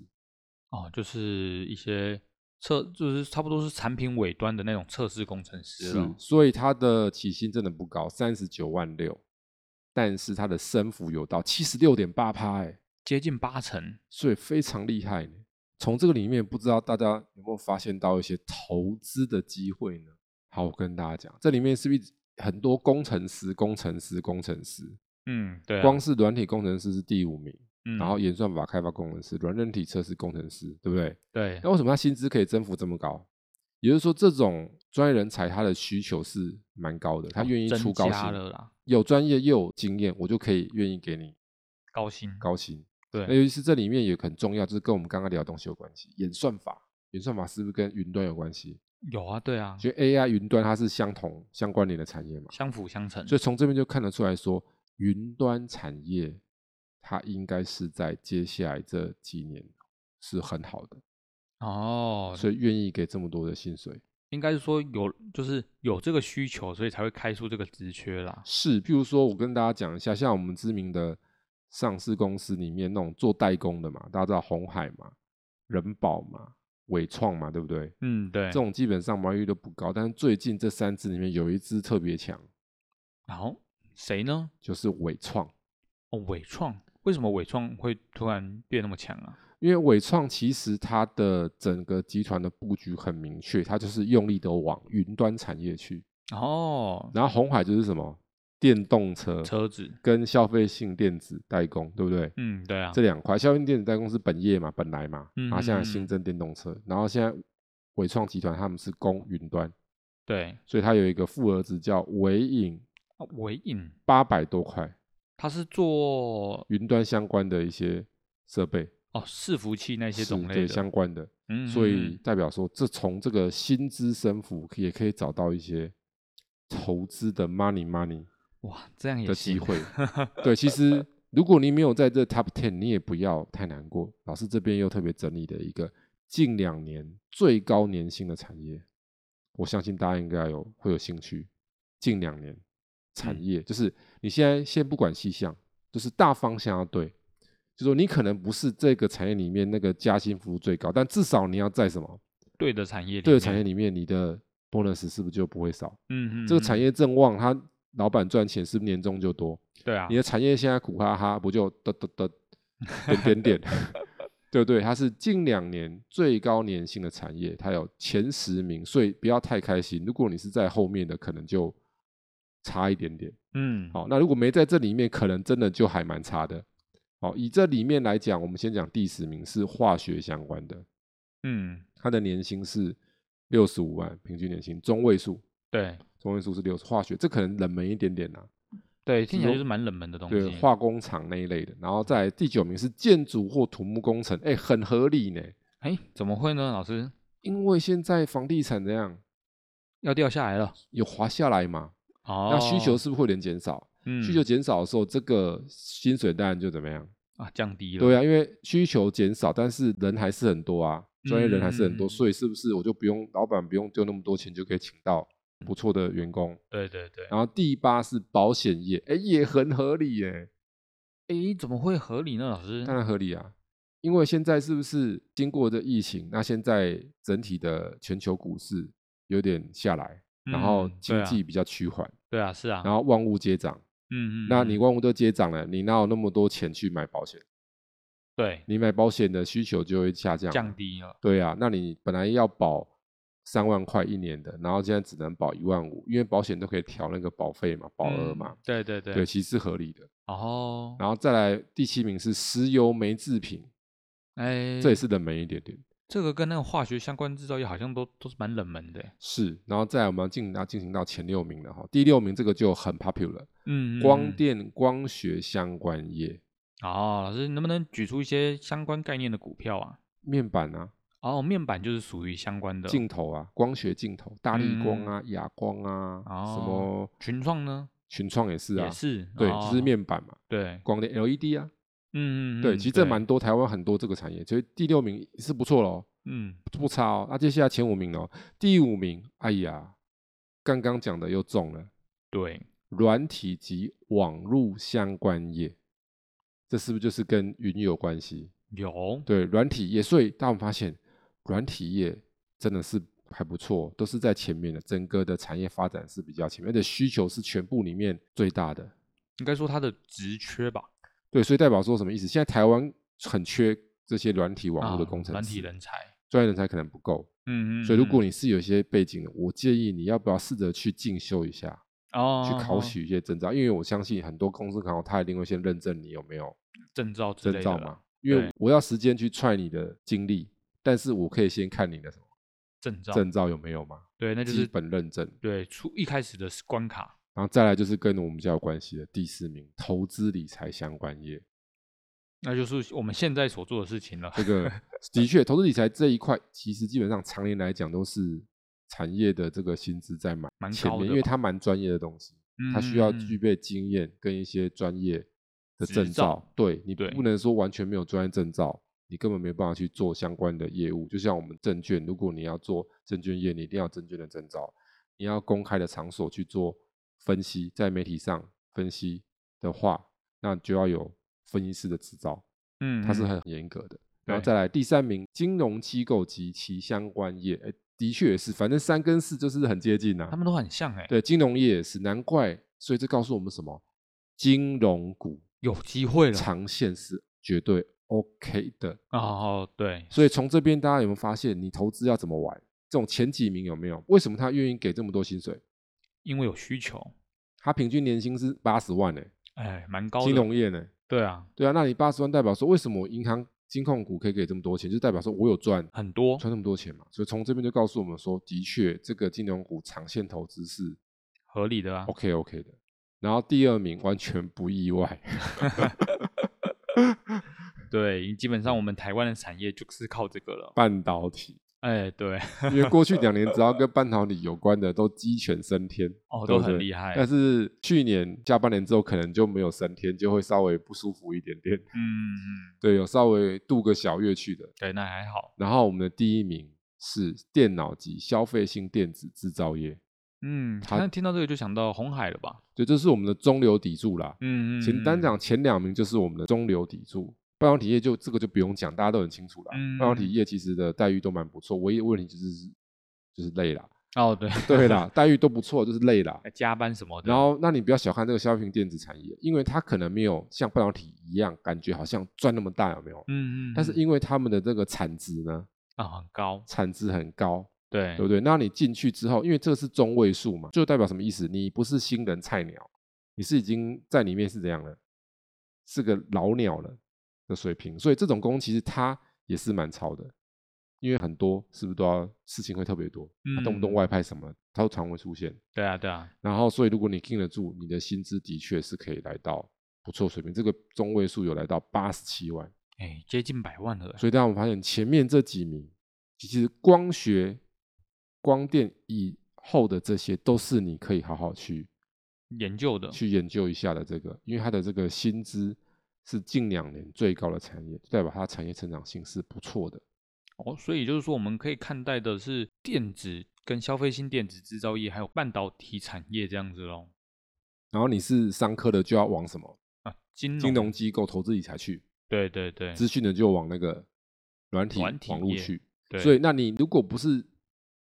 [SPEAKER 1] 哦，就是一些测，就是差不多是产品尾端的那种测试工程师了，
[SPEAKER 2] 所以他的起薪真的不高，三十九万六，但是他的升幅有到七十六点八趴，哎、
[SPEAKER 1] 接近八成，
[SPEAKER 2] 所以非常厉害呢。从这个里面，不知道大家有没有发现到一些投资的机会呢？好，我跟大家讲，这里面是不是很多工程师、工程师、工程师？
[SPEAKER 1] 嗯，对啊，
[SPEAKER 2] 光是软体工程师是第五名，
[SPEAKER 1] 嗯
[SPEAKER 2] 然后演算法开发工程师、软韧体测试工程师，对不对？
[SPEAKER 1] 对
[SPEAKER 2] 那为什么他薪资可以增幅这么高？也就是说，这种专业人才他的需求是蛮高的，他
[SPEAKER 1] 哦
[SPEAKER 2] 愿意
[SPEAKER 1] 增
[SPEAKER 2] 出高
[SPEAKER 1] 加
[SPEAKER 2] 薪，
[SPEAKER 1] 了啦，
[SPEAKER 2] 有专业又有经验，我就可以愿意给你
[SPEAKER 1] 高薪，
[SPEAKER 2] 高薪。
[SPEAKER 1] 对，
[SPEAKER 2] 那尤其是这里面也很重要，就是跟我们刚刚聊的东西有关系，演算法，演算法是不是跟云端有关系？
[SPEAKER 1] 有啊，对啊，
[SPEAKER 2] 所以 AI 云端它是相同相关联的产业嘛，
[SPEAKER 1] 相辅相成，
[SPEAKER 2] 所以从这边就看得出来说，云端产业它应该是在接下来这几年是很好的，
[SPEAKER 1] 哦，
[SPEAKER 2] 所以愿意给这么多的薪水。
[SPEAKER 1] 应该是说有，就是有这个需求，所以才会开出这个职缺啦。
[SPEAKER 2] 是，譬如说我跟大家讲一下，像我们知名的上市公司里面那种做代工的嘛，大家知道红海嘛、人保嘛、伟创嘛，对不对？
[SPEAKER 1] 嗯，对。
[SPEAKER 2] 这种基本上毛利率都不高，但是最近这三只里面有一只特别强，
[SPEAKER 1] 然后谁呢？
[SPEAKER 2] 就是伟创。
[SPEAKER 1] 哦，伟创。为什么伟创会突然变那么强啊？
[SPEAKER 2] 因为伟创其实它的整个集团的布局很明确，它就是用力的往云端产业去。
[SPEAKER 1] 哦，
[SPEAKER 2] 然后红海就是什么电动车、
[SPEAKER 1] 车子。
[SPEAKER 2] 跟消费性电子代工，对不对？
[SPEAKER 1] 嗯，对啊。
[SPEAKER 2] 这两块，消费性电子代工是本业嘛，本来嘛，
[SPEAKER 1] 嗯
[SPEAKER 2] 然后现在
[SPEAKER 1] 嗯
[SPEAKER 2] 新增电动车，然后现在伟创集团他们是攻云端，
[SPEAKER 1] 对，
[SPEAKER 2] 所以它有一个副儿子叫伟影，
[SPEAKER 1] 啊伟影
[SPEAKER 2] 八百多块
[SPEAKER 1] 它是做
[SPEAKER 2] 云端相关的一些设备，
[SPEAKER 1] 哦伺服器那些
[SPEAKER 2] 是
[SPEAKER 1] 种类
[SPEAKER 2] 对
[SPEAKER 1] 的，
[SPEAKER 2] 相关的，
[SPEAKER 1] 嗯，
[SPEAKER 2] 所以
[SPEAKER 1] 嗯
[SPEAKER 2] 代表说，这从这个薪资升幅也可以找到一些投资的 money money
[SPEAKER 1] 嗯哇，这样也
[SPEAKER 2] 的
[SPEAKER 1] 行
[SPEAKER 2] 机会。
[SPEAKER 1] *laughs*
[SPEAKER 2] 对，其实如果你没有在这 top ten，你也不要太难过。老师这边又特别整理的一个近两年最高年薪的产业，我相信大家应该有会有兴趣。近两年
[SPEAKER 1] 嗯
[SPEAKER 2] 产业、就是你现在先不管细项，就是大方向要对。就说你可能不是这个产业里面那个加薪幅度最高，但至少你要在什么
[SPEAKER 1] 对的产业里面，
[SPEAKER 2] 对的产业里面，你的 bonus 是不是就不会少？
[SPEAKER 1] 嗯，嗯嗯，
[SPEAKER 2] 这个产
[SPEAKER 1] 业
[SPEAKER 2] 业正旺，它老板赚钱是不是年终就多？
[SPEAKER 1] 对啊
[SPEAKER 2] 你，的产业现在苦哈哈，不就得得得点点
[SPEAKER 1] *laughs*
[SPEAKER 2] 点，对不对？它是近两年最高年薪的产业，它有前十名，所以不要太开心。如果你是在后面的，可能就差一点点。
[SPEAKER 1] 嗯，
[SPEAKER 2] 好，那如果没在这里面，可能真的就还蛮差的。好，以这里面来讲，我们先讲第十名是化学相关的，
[SPEAKER 1] 嗯，
[SPEAKER 2] 它的年薪是六十五万，平均年薪中位数，
[SPEAKER 1] 对
[SPEAKER 2] 中位数是六十。化学这可能冷门一点点啦、
[SPEAKER 1] 对，听起来
[SPEAKER 2] 有
[SPEAKER 1] 就是蛮冷门的东
[SPEAKER 2] 对，
[SPEAKER 1] 西，
[SPEAKER 2] 化工厂那一类的。然后再来第九名是建筑或土木工程，哎，很合理呢，
[SPEAKER 1] 哎，怎么会呢？老师
[SPEAKER 2] 因为现在房地产这样
[SPEAKER 1] 要掉下来了，
[SPEAKER 2] 有滑下来嘛，
[SPEAKER 1] 哦，
[SPEAKER 2] 那需求是不是会有点减少？
[SPEAKER 1] 嗯
[SPEAKER 2] 需求减少的时候，这个薪水当然就怎么样？
[SPEAKER 1] 啊降低了，
[SPEAKER 2] 对啊，因为需求减少，但是人还是很多啊，专业人还是很
[SPEAKER 1] 嗯嗯
[SPEAKER 2] 多，
[SPEAKER 1] 嗯
[SPEAKER 2] 所以是不是我就不用老板不用丢那么多钱就可以请到
[SPEAKER 1] 嗯
[SPEAKER 2] 不错的员工？
[SPEAKER 1] 对对对，
[SPEAKER 2] 然后第八是保险业，哎，也很合理耶，
[SPEAKER 1] 哎，怎么会合理呢？老师，
[SPEAKER 2] 当然合理啊，因为现在是不是经过这疫情，那现在整体的全球股市有点下来，然后
[SPEAKER 1] 嗯对
[SPEAKER 2] 经
[SPEAKER 1] 啊
[SPEAKER 2] 济比较趋缓，
[SPEAKER 1] 对啊是啊，
[SPEAKER 2] 然后万物皆涨，
[SPEAKER 1] 嗯嗯，
[SPEAKER 2] 那
[SPEAKER 1] 嗯
[SPEAKER 2] 你万物都皆涨了，你哪有那么多钱去买保险？
[SPEAKER 1] 对
[SPEAKER 2] 你买保险的需求就会下降，
[SPEAKER 1] 降低了，
[SPEAKER 2] 对啊，那你本来要保三万块一年的，然后现在只能保一万五，因为保险都可以调那个保费嘛、保额
[SPEAKER 1] 嗯
[SPEAKER 2] 嘛，，
[SPEAKER 1] 对对对哦
[SPEAKER 2] 对，，其实是合理的。
[SPEAKER 1] 然后
[SPEAKER 2] 然后再来第七名是石油煤制品，
[SPEAKER 1] 哎，
[SPEAKER 2] 这也是冷门一点点。
[SPEAKER 1] 这个跟那个化学相关制造业好像都都是蛮冷门的欸，
[SPEAKER 2] 是，然后再来我们要进要进行到前六名了哈，第六名这个就很 popular，
[SPEAKER 1] 嗯，嗯
[SPEAKER 2] 光
[SPEAKER 1] 嗯
[SPEAKER 2] 电光学相关业，
[SPEAKER 1] 哦，老师，你能不能举出一些相关概念的股票啊？
[SPEAKER 2] 面板啊、
[SPEAKER 1] 哦，面板就是属于相关的。
[SPEAKER 2] 镜头啊、光学镜头、大力光啊、哑光啊，
[SPEAKER 1] 嗯
[SPEAKER 2] 什
[SPEAKER 1] 哦
[SPEAKER 2] 么
[SPEAKER 1] 群创呢？
[SPEAKER 2] 群创也是啊，
[SPEAKER 1] 也是，
[SPEAKER 2] 对，
[SPEAKER 1] 哦
[SPEAKER 2] 就是面板嘛，
[SPEAKER 1] 对，
[SPEAKER 2] 光电 LED 啊，
[SPEAKER 1] 嗯嗯，
[SPEAKER 2] 对，
[SPEAKER 1] 嗯
[SPEAKER 2] 其实这蛮多台湾很多这个产业，所以第六名是不错喽，
[SPEAKER 1] 嗯，
[SPEAKER 2] 不差哦。那、接下来前五名喽，第五名，哎呀，刚刚讲的又中了，
[SPEAKER 1] 对，
[SPEAKER 2] 软体及网络相关业，这是不是就是跟云有关系？
[SPEAKER 1] 有，
[SPEAKER 2] 对，软体业，所以大家有没有发现软体业真的是还不错，哦都是在前面的，整个的产业发展是比较前面，而且需求是全部里面最大的。
[SPEAKER 1] 应该说它的职缺吧，
[SPEAKER 2] 对，所以代表说什么意思？现在台湾很缺这些软体网络的
[SPEAKER 1] 啊
[SPEAKER 2] 工程
[SPEAKER 1] 软
[SPEAKER 2] 师，
[SPEAKER 1] 体人才，
[SPEAKER 2] 专业人才可能不够。
[SPEAKER 1] 嗯嗯，
[SPEAKER 2] 所以如果
[SPEAKER 1] 你
[SPEAKER 2] 你是有一些背景的，我建议你要不要试着去进修一下，
[SPEAKER 1] 哦
[SPEAKER 2] 去考
[SPEAKER 1] 哦
[SPEAKER 2] 取一些证照，因为我相信很多公司考他一定会先认证你有没有
[SPEAKER 1] 证照之类
[SPEAKER 2] 证
[SPEAKER 1] 的
[SPEAKER 2] 照
[SPEAKER 1] 啦
[SPEAKER 2] 嘛，，因为
[SPEAKER 1] 对
[SPEAKER 2] 我要时间去踹你的经历，但是我可以先看你的什么
[SPEAKER 1] 证照，
[SPEAKER 2] 证照有没有嘛，
[SPEAKER 1] 对，那就
[SPEAKER 2] 基
[SPEAKER 1] 是
[SPEAKER 2] 本认证，
[SPEAKER 1] 对出一开始的关卡，
[SPEAKER 2] 然后再来就是跟我们比较有关系的第四名，投资理财相关业，
[SPEAKER 1] 那就是我们现在所做的事情了。*laughs*
[SPEAKER 2] 这个的确，投资理财这一块，其实基本上常年来讲都是产业的这个薪资在蛮
[SPEAKER 1] 蛮
[SPEAKER 2] 前
[SPEAKER 1] 高
[SPEAKER 2] 面，
[SPEAKER 1] 的
[SPEAKER 2] 因为
[SPEAKER 1] 吧
[SPEAKER 2] 它蛮专业的东西，它需要具
[SPEAKER 1] 嗯
[SPEAKER 2] 备经验跟一些专业的
[SPEAKER 1] 执
[SPEAKER 2] 证
[SPEAKER 1] 照
[SPEAKER 2] 照。对你
[SPEAKER 1] 对
[SPEAKER 2] 不能说完全没有专业证照，你根本没办法去做相关的业务。就像我们证券，如果你要做证券业，你一定要有证券的证照，你要公开的场所去做分析，在媒体上分析的话，那就要有分析师的执照，
[SPEAKER 1] 嗯，
[SPEAKER 2] 它是
[SPEAKER 1] 嗯
[SPEAKER 2] 很严格的。然后
[SPEAKER 1] 对
[SPEAKER 2] 再来第三名，金融机构及其相关业，哎，的确也是，反正三跟四就是很接近呐、啊
[SPEAKER 1] 他们都很像哎、
[SPEAKER 2] 对，金融业也是，难怪。所以这告诉我们什么？金融股
[SPEAKER 1] 有机会了
[SPEAKER 2] 长线是绝对 OK 的。
[SPEAKER 1] 哦，对，
[SPEAKER 2] 所以从这边大家有没有发现，你投资要怎么玩？这种前几名有没有？为什么他愿意给这么多薪水？
[SPEAKER 1] 因为有需求，
[SPEAKER 2] 他平均年薪是八十万呢、
[SPEAKER 1] 哎，蛮高的。
[SPEAKER 2] 金融业呢、
[SPEAKER 1] 对啊，
[SPEAKER 2] 对啊，那你八十万代表说，为什么银行金控股可以给这么多钱？就代表说我有赚
[SPEAKER 1] 很多，
[SPEAKER 2] 赚那么多钱嘛。所以从这边就告诉我们说，的确这个金融股长线投资是
[SPEAKER 1] 合理的啊。
[SPEAKER 2] OK OK 的。然后第二名完全不意外， *laughs*
[SPEAKER 1] 对，基本上我们台湾的产业就是靠这个了。
[SPEAKER 2] 半导体，
[SPEAKER 1] 哎，对，
[SPEAKER 2] 因为过去两年只要跟半导体有关的都鸡犬升天，
[SPEAKER 1] 哦，
[SPEAKER 2] 对
[SPEAKER 1] 都
[SPEAKER 2] 不
[SPEAKER 1] 很
[SPEAKER 2] 对
[SPEAKER 1] 厉害。
[SPEAKER 2] 但是去年下半年之后，可能就没有升天，就会稍微不舒服一点点。
[SPEAKER 1] 嗯嗯，
[SPEAKER 2] 对，有稍微度个小月去的。
[SPEAKER 1] 对，那还好。
[SPEAKER 2] 然后我们的第一名是电脑及消费性电子制造业，
[SPEAKER 1] 嗯，好像听到这个就想到红海了吧？
[SPEAKER 2] 对，这是我们的中流砥柱啦。
[SPEAKER 1] 嗯嗯，
[SPEAKER 2] 前
[SPEAKER 1] 嗯
[SPEAKER 2] 单，讲前两名就是我们的中流砥柱，半导体业就这个就不用讲，大家都很清楚啦。
[SPEAKER 1] 嗯
[SPEAKER 2] 半导体业其实的待遇都蛮不错，唯一的问题就是就是累啦， *laughs*
[SPEAKER 1] 哦，对， *laughs*
[SPEAKER 2] 对啦，待遇都不错，就是累啦。
[SPEAKER 1] 加班什么的。
[SPEAKER 2] 然后，那你不要小看这个消费品电子产业，因为它可能没有像半导体一样，感觉好像赚那么大，有没有？
[SPEAKER 1] 嗯，嗯嗯，
[SPEAKER 2] 但是因为他们的这个产值呢，
[SPEAKER 1] 啊很高，
[SPEAKER 2] 产值很高，
[SPEAKER 1] 对
[SPEAKER 2] 对不对？那你进去之后，因为这是中位数嘛，就代表什么意思？你不是新人菜鸟，你是已经在里面是怎样了？是个老鸟了的水平。所以这种工其实它也是蛮超的，因为很多是不是都要事情会特别多，它动不动
[SPEAKER 1] 嗯
[SPEAKER 2] 外派什么，它都常会出现。
[SPEAKER 1] 对啊对啊，
[SPEAKER 2] 然后，所以如果你盯得住，你的薪资的确是可以来到不错水平。这个中位数有来到八十七万，
[SPEAKER 1] 哎，接近百万了欸。
[SPEAKER 2] 所以大家我们发现前面这几名，其实光学、光电以后的这些，都是你可以好好去
[SPEAKER 1] 研究的，
[SPEAKER 2] 去研究一下的。这个，因为它的这个薪资是近两年最高的产业，代表它产业成长性是不错的。
[SPEAKER 1] 哦，所以就是说，我们可以看待的是电子跟消费性电子制造业，还有半导体产业这样子咯。
[SPEAKER 2] 然后你是商科的，就要往什么
[SPEAKER 1] 啊，金融，
[SPEAKER 2] 金融机构、投资理财去；
[SPEAKER 1] 对对对，
[SPEAKER 2] 资讯的就往那个软体
[SPEAKER 1] 软体
[SPEAKER 2] 网络
[SPEAKER 1] 业
[SPEAKER 2] 去。
[SPEAKER 1] 对
[SPEAKER 2] 所以，那你如果不是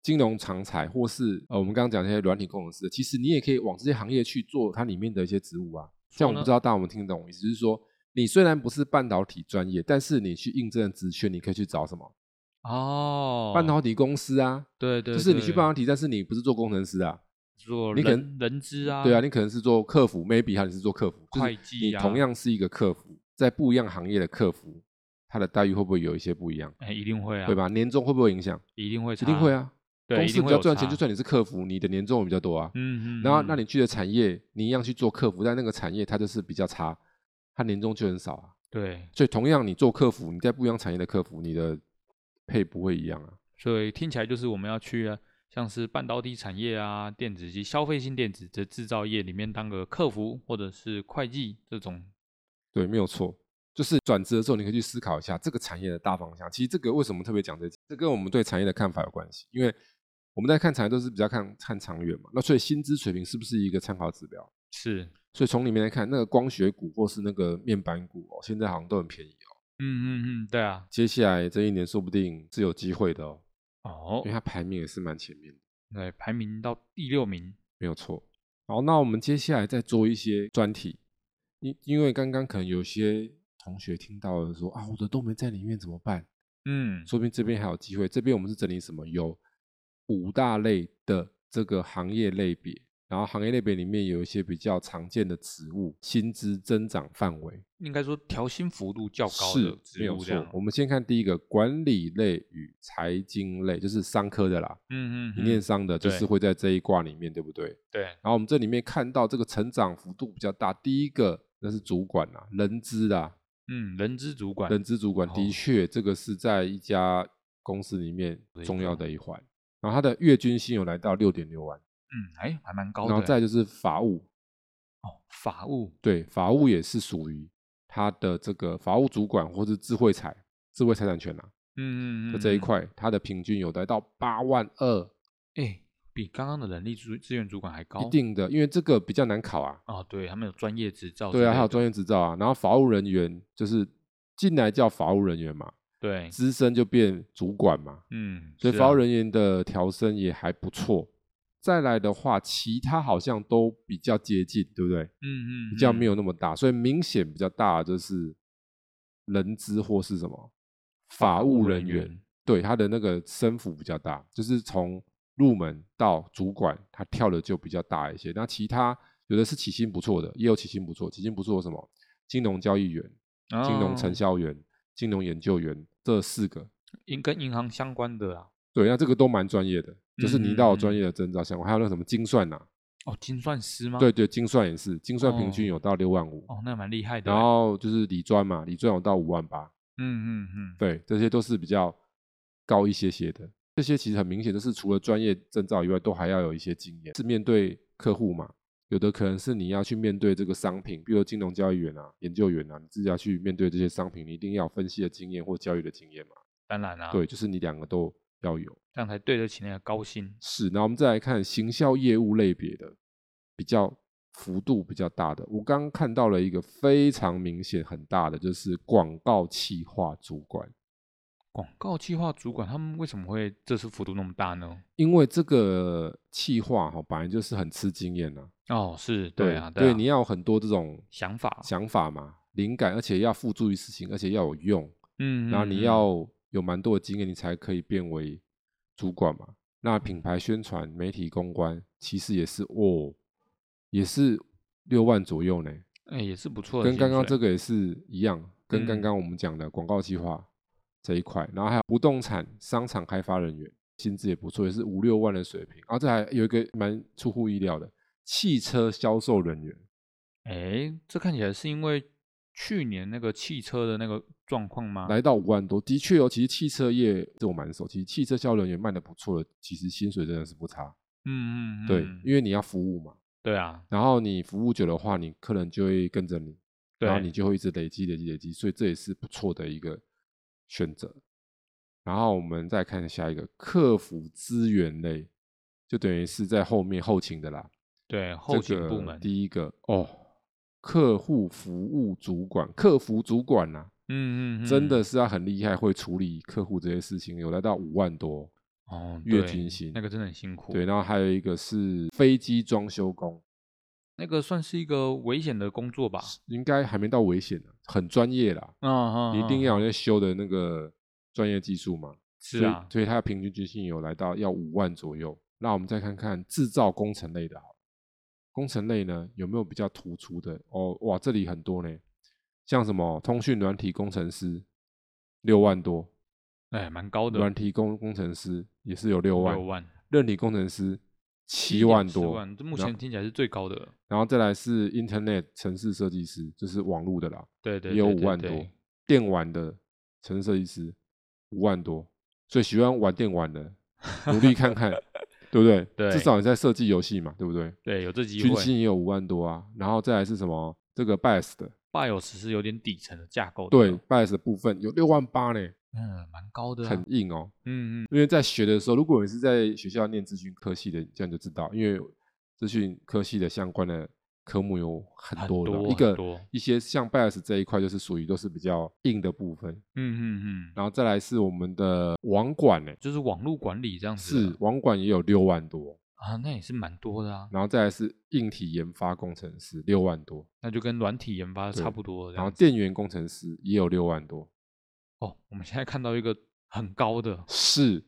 [SPEAKER 2] 金融常才，或是呃，我们刚刚讲那些软体工程师，其实你也可以往这些行业去做它里面的一些职务啊。像我
[SPEAKER 1] 呢
[SPEAKER 2] 不知道大家有没有听得懂我意思，就是说你虽然不是半导体专业，但是你去应征的职缺，你可以去找什么、
[SPEAKER 1] 哦，
[SPEAKER 2] 半导体公司啊，
[SPEAKER 1] 对对，
[SPEAKER 2] 就是你去
[SPEAKER 1] 对
[SPEAKER 2] 半导体，但是你不是做工程师啊，
[SPEAKER 1] 做
[SPEAKER 2] 你可
[SPEAKER 1] 人
[SPEAKER 2] 能
[SPEAKER 1] 人资啊，
[SPEAKER 2] 对啊，你可能是做客服，maybe 哈，你是做客服，就是
[SPEAKER 1] 会计
[SPEAKER 2] 你
[SPEAKER 1] 啊
[SPEAKER 2] 同样是一个客服，在不一样行业的客服，他的待遇会不会有一些不一样？
[SPEAKER 1] 哎，一定会啊，
[SPEAKER 2] 会？吧？年终会不会影响？
[SPEAKER 1] 一定会，
[SPEAKER 2] 一定会，啊。
[SPEAKER 1] 对，
[SPEAKER 2] 公
[SPEAKER 1] 一
[SPEAKER 2] 司
[SPEAKER 1] 定
[SPEAKER 2] 比
[SPEAKER 1] 会
[SPEAKER 2] 较
[SPEAKER 1] 有
[SPEAKER 2] 赚钱，
[SPEAKER 1] 差
[SPEAKER 2] 就，算你是客服，你的年终也比较多啊。
[SPEAKER 1] 嗯嗯，
[SPEAKER 2] 然后，
[SPEAKER 1] 嗯
[SPEAKER 2] 那你去的产业，你一样去做客服，但那个产业它就是比较差，它年终就很少啊。
[SPEAKER 1] 对，
[SPEAKER 2] 所以，同样你做客服，你在不一样产业的客服，你的配不会一样啊。
[SPEAKER 1] 所以听起来就是我们要去啊像是半导体产业啊、电子及消费性电子的制造业里面当个客服或者是会计这种，
[SPEAKER 2] 对，没有错。就是转职的时候，你可以去思考一下这个产业的大方向。其实这个为什么特别讲这集，这跟我们对产业的看法有关系。因为我们在看产业都是比较看看长远嘛，那所以薪资水平是不是一个参考指标？
[SPEAKER 1] 是，
[SPEAKER 2] 所以从里面来看，那个光学股或是那个面板股哦，现在好像都很便宜哦。
[SPEAKER 1] 嗯嗯嗯，对啊，
[SPEAKER 2] 接下来这一年说不定是有机会的哦，
[SPEAKER 1] 哦
[SPEAKER 2] 因为，它排名也是蛮前面的，
[SPEAKER 1] 对，排名到第六名，
[SPEAKER 2] 没有错。好，那我们接下来再做一些专题，因因为刚刚可能有些同学听到了说啊，我的都没在里面怎么办？
[SPEAKER 1] 嗯，
[SPEAKER 2] 说不定这边还有机会。这边我们是整理什么？有五大类的这个行业类别，然后行业类别里面有一些比较常见的职务，薪资增长范围。
[SPEAKER 1] 应该说调薪幅度较高
[SPEAKER 2] 是
[SPEAKER 1] 的
[SPEAKER 2] 没
[SPEAKER 1] 职
[SPEAKER 2] 有
[SPEAKER 1] 务这
[SPEAKER 2] 错
[SPEAKER 1] 样。，
[SPEAKER 2] 我们先看第一个管理类与财经类，就是商科的啦，
[SPEAKER 1] 嗯嗯
[SPEAKER 2] 你念
[SPEAKER 1] 嗯，
[SPEAKER 2] 商的，就是
[SPEAKER 1] 对
[SPEAKER 2] 会在这一卦里面，对不对？
[SPEAKER 1] 对，
[SPEAKER 2] 然后我们这里面看到这个成长幅度比较大，第一个那是主管啦，人资啦，
[SPEAKER 1] 嗯，人资主管，
[SPEAKER 2] 人资主管
[SPEAKER 1] 哦
[SPEAKER 2] 的确这个是在一家公司里面
[SPEAKER 1] 对
[SPEAKER 2] 重要
[SPEAKER 1] 对
[SPEAKER 2] 的一环。然后他的月均薪有来到六点六万，
[SPEAKER 1] 嗯，哎，还蛮高的
[SPEAKER 2] 然
[SPEAKER 1] 欸。
[SPEAKER 2] 后再就是法务，
[SPEAKER 1] 哦，法务，
[SPEAKER 2] 对，法务也是属于他的这个法务主管或是智慧财，智慧财产权啊，
[SPEAKER 1] 嗯嗯
[SPEAKER 2] 就这一，块，它的平均有待到八万二，
[SPEAKER 1] 哎、比刚刚的人力资资源主管还高，
[SPEAKER 2] 一定的，因为这个比较难考啊。
[SPEAKER 1] 哦，对他们有哦专业执照之类
[SPEAKER 2] 对
[SPEAKER 1] 的，
[SPEAKER 2] 啊，还有专业执照啊，然后法务人员就是进来叫法务人员嘛，
[SPEAKER 1] 对，
[SPEAKER 2] 资深就变主管嘛，
[SPEAKER 1] 嗯，
[SPEAKER 2] 所以
[SPEAKER 1] 是
[SPEAKER 2] 法务
[SPEAKER 1] 啊
[SPEAKER 2] 人员的调升也还不错。再来的话，其他好像都比较接近，对不对？
[SPEAKER 1] 嗯嗯
[SPEAKER 2] 比较没
[SPEAKER 1] 有
[SPEAKER 2] 有那么大，所以明显比较大的就是人资或是什么法务人员，对他的那个升幅比较大，就是从入门到主管，他跳的就比较大一些。那其他有的是起薪不错的，也有起薪不错，起薪不错有什么金融交易员、金融承
[SPEAKER 1] 哦
[SPEAKER 2] 销员、金融研究员这四个，
[SPEAKER 1] 银跟银行相关的啊，
[SPEAKER 2] 对，那这个都蛮专业的，就是你
[SPEAKER 1] 嗯
[SPEAKER 2] 到
[SPEAKER 1] 嗯嗯
[SPEAKER 2] 专业的证照相关，还有那个什么精算呐、
[SPEAKER 1] 哦，精算师吗？
[SPEAKER 2] 对，对，精算也是，精算平均
[SPEAKER 1] 哦
[SPEAKER 2] 有到六万五、
[SPEAKER 1] 哦，那蛮厉害的欸，
[SPEAKER 2] 然后就是理专嘛，理专有到五万八，
[SPEAKER 1] 嗯嗯嗯，
[SPEAKER 2] 对，这些都是比较高一些些的。这些其实很明显，就是除了专业证照以外，都还要有一些经验，是面对客户嘛。有的可能是你要去面对这个商品，比如金融交易员啊、研究员啊，你自己要去面对这些商品，你一定要有分析的经验或交易的经验嘛。
[SPEAKER 1] 当然啦、啊，
[SPEAKER 2] 对，，就是你两个都要有。
[SPEAKER 1] 这样才对得起那个高薪。
[SPEAKER 2] 是，那我们再来看行销业务类别的，比较幅度比较大的。我刚刚看到了一个非常明显很大的，就是广告企划主管。
[SPEAKER 1] 广告计划主管他们为什么会这次幅度那么大呢？
[SPEAKER 2] 因为这个企划哈、本来就是很吃经验呐、
[SPEAKER 1] 哦，是对啊，
[SPEAKER 2] 对
[SPEAKER 1] 啊，
[SPEAKER 2] 你要有很多这种
[SPEAKER 1] 想法，
[SPEAKER 2] 想法嘛、灵感，而且要付诸于事情，而且要有用，
[SPEAKER 1] 嗯，
[SPEAKER 2] 然后你
[SPEAKER 1] 嗯，
[SPEAKER 2] 要有蛮多的经验，你才可以变为主管嘛。那品牌宣传、媒体公关，其实也是哦，也是六万左右呢，
[SPEAKER 1] 哎、也是不错的
[SPEAKER 2] 跟
[SPEAKER 1] 薪水，
[SPEAKER 2] 刚刚这个也是一样，跟刚
[SPEAKER 1] 嗯
[SPEAKER 2] 刚我们讲的广告企划这一块，然后还有不动产、商场开发人员，薪资也不错，也是五六万的水平。然后这还有一个蛮出乎意料的，汽车销售人员，
[SPEAKER 1] 哎、这看起来是因为去年那个汽车的那个状况吗？
[SPEAKER 2] 来到五万多，的确哦，其实汽车业这我蛮熟，其实汽车销售人员卖的不错的，其实薪水真的是不差，
[SPEAKER 1] 嗯，嗯嗯，
[SPEAKER 2] 对，因为你要服务嘛，
[SPEAKER 1] 对啊，
[SPEAKER 2] 然后你服务久的话，你客人就会跟着你，
[SPEAKER 1] 对，
[SPEAKER 2] 然后你就会一直累积、累积、累积，所以这也是不错的一个选择。然后我们再看下一个客服资源类，就等于是在后面后勤的啦。
[SPEAKER 1] 对后勤
[SPEAKER 2] 这
[SPEAKER 1] 部
[SPEAKER 2] 个
[SPEAKER 1] 门，
[SPEAKER 2] 第一个哦，客户服务主管，客服主管呐、
[SPEAKER 1] 嗯嗯，
[SPEAKER 2] 真
[SPEAKER 1] 嗯
[SPEAKER 2] 的是要很厉害，会处理客户这些事情，有来到五万多。
[SPEAKER 1] 哦，
[SPEAKER 2] 月
[SPEAKER 1] 对
[SPEAKER 2] 均薪
[SPEAKER 1] 那个真的很辛苦，
[SPEAKER 2] 对，，然后还有一个是飞机装修工，
[SPEAKER 1] 那个算是一个危险的工作吧？
[SPEAKER 2] 应该还没到危险呢、啊很专业啦。
[SPEAKER 1] 啊啊，
[SPEAKER 2] 一定
[SPEAKER 1] 啊
[SPEAKER 2] 要有那修的那个专业技术嘛，
[SPEAKER 1] 是
[SPEAKER 2] 所以
[SPEAKER 1] 啊，
[SPEAKER 2] 所以它的平均均薪有来到要五万左右。那我们再看看制造工程类的好了，工程类呢有没有比较突出的？哦，哇，这里很多呢，像什么通讯软体工程师六万多，
[SPEAKER 1] 哎，蛮高的，
[SPEAKER 2] 软体工工程师也是有六万，
[SPEAKER 1] 六万，
[SPEAKER 2] 韧体工程师七
[SPEAKER 1] 7.4
[SPEAKER 2] 万多，
[SPEAKER 1] 万这目
[SPEAKER 2] 然
[SPEAKER 1] 前听起来是最高的了。
[SPEAKER 2] 然后再来是 Internet 城市设计师，就是网络的啦，
[SPEAKER 1] 对对，
[SPEAKER 2] 也有
[SPEAKER 1] 对
[SPEAKER 2] 五
[SPEAKER 1] 对
[SPEAKER 2] 万
[SPEAKER 1] 对
[SPEAKER 2] 多，电玩的城市设计师五万多，所以喜欢玩电玩的，努力
[SPEAKER 1] *laughs*
[SPEAKER 2] 看看，对不对？
[SPEAKER 1] 对
[SPEAKER 2] 至少你在设计游戏嘛，对不对？
[SPEAKER 1] 对，有这机
[SPEAKER 2] 军
[SPEAKER 1] 会。
[SPEAKER 2] 薪也有五万多啊，然后再来是什么？这个 BIOS 的，
[SPEAKER 1] BIOS 是有点底层的架构的，
[SPEAKER 2] 对，，BIOS 的部分有六万八呢，
[SPEAKER 1] 嗯，蛮高的啊，
[SPEAKER 2] 很硬哦。
[SPEAKER 1] 嗯嗯，
[SPEAKER 2] 因为在学的时候，如果你是在学校念资讯科系的，这样就知道，因为资讯科系的相关的科目有很
[SPEAKER 1] 很
[SPEAKER 2] 多的，
[SPEAKER 1] 多
[SPEAKER 2] 一
[SPEAKER 1] 很
[SPEAKER 2] 个
[SPEAKER 1] 多
[SPEAKER 2] 一些像 BIOS 这一块就是属于都是比较硬的部分，
[SPEAKER 1] 嗯嗯嗯，
[SPEAKER 2] 然后再来是我们的网管呢、欸
[SPEAKER 1] 就是网络管理这样子
[SPEAKER 2] 是
[SPEAKER 1] 的
[SPEAKER 2] 网管也有六万多，
[SPEAKER 1] 啊，那也是蛮多的啊，
[SPEAKER 2] 然后再来是硬体研发工程师六万多，
[SPEAKER 1] 那就跟软体研发
[SPEAKER 2] 对
[SPEAKER 1] 差不多这
[SPEAKER 2] 然后
[SPEAKER 1] 样子。
[SPEAKER 2] 电源工程师也有六万多，
[SPEAKER 1] 哦，我们现在看到一个很高的，
[SPEAKER 2] 是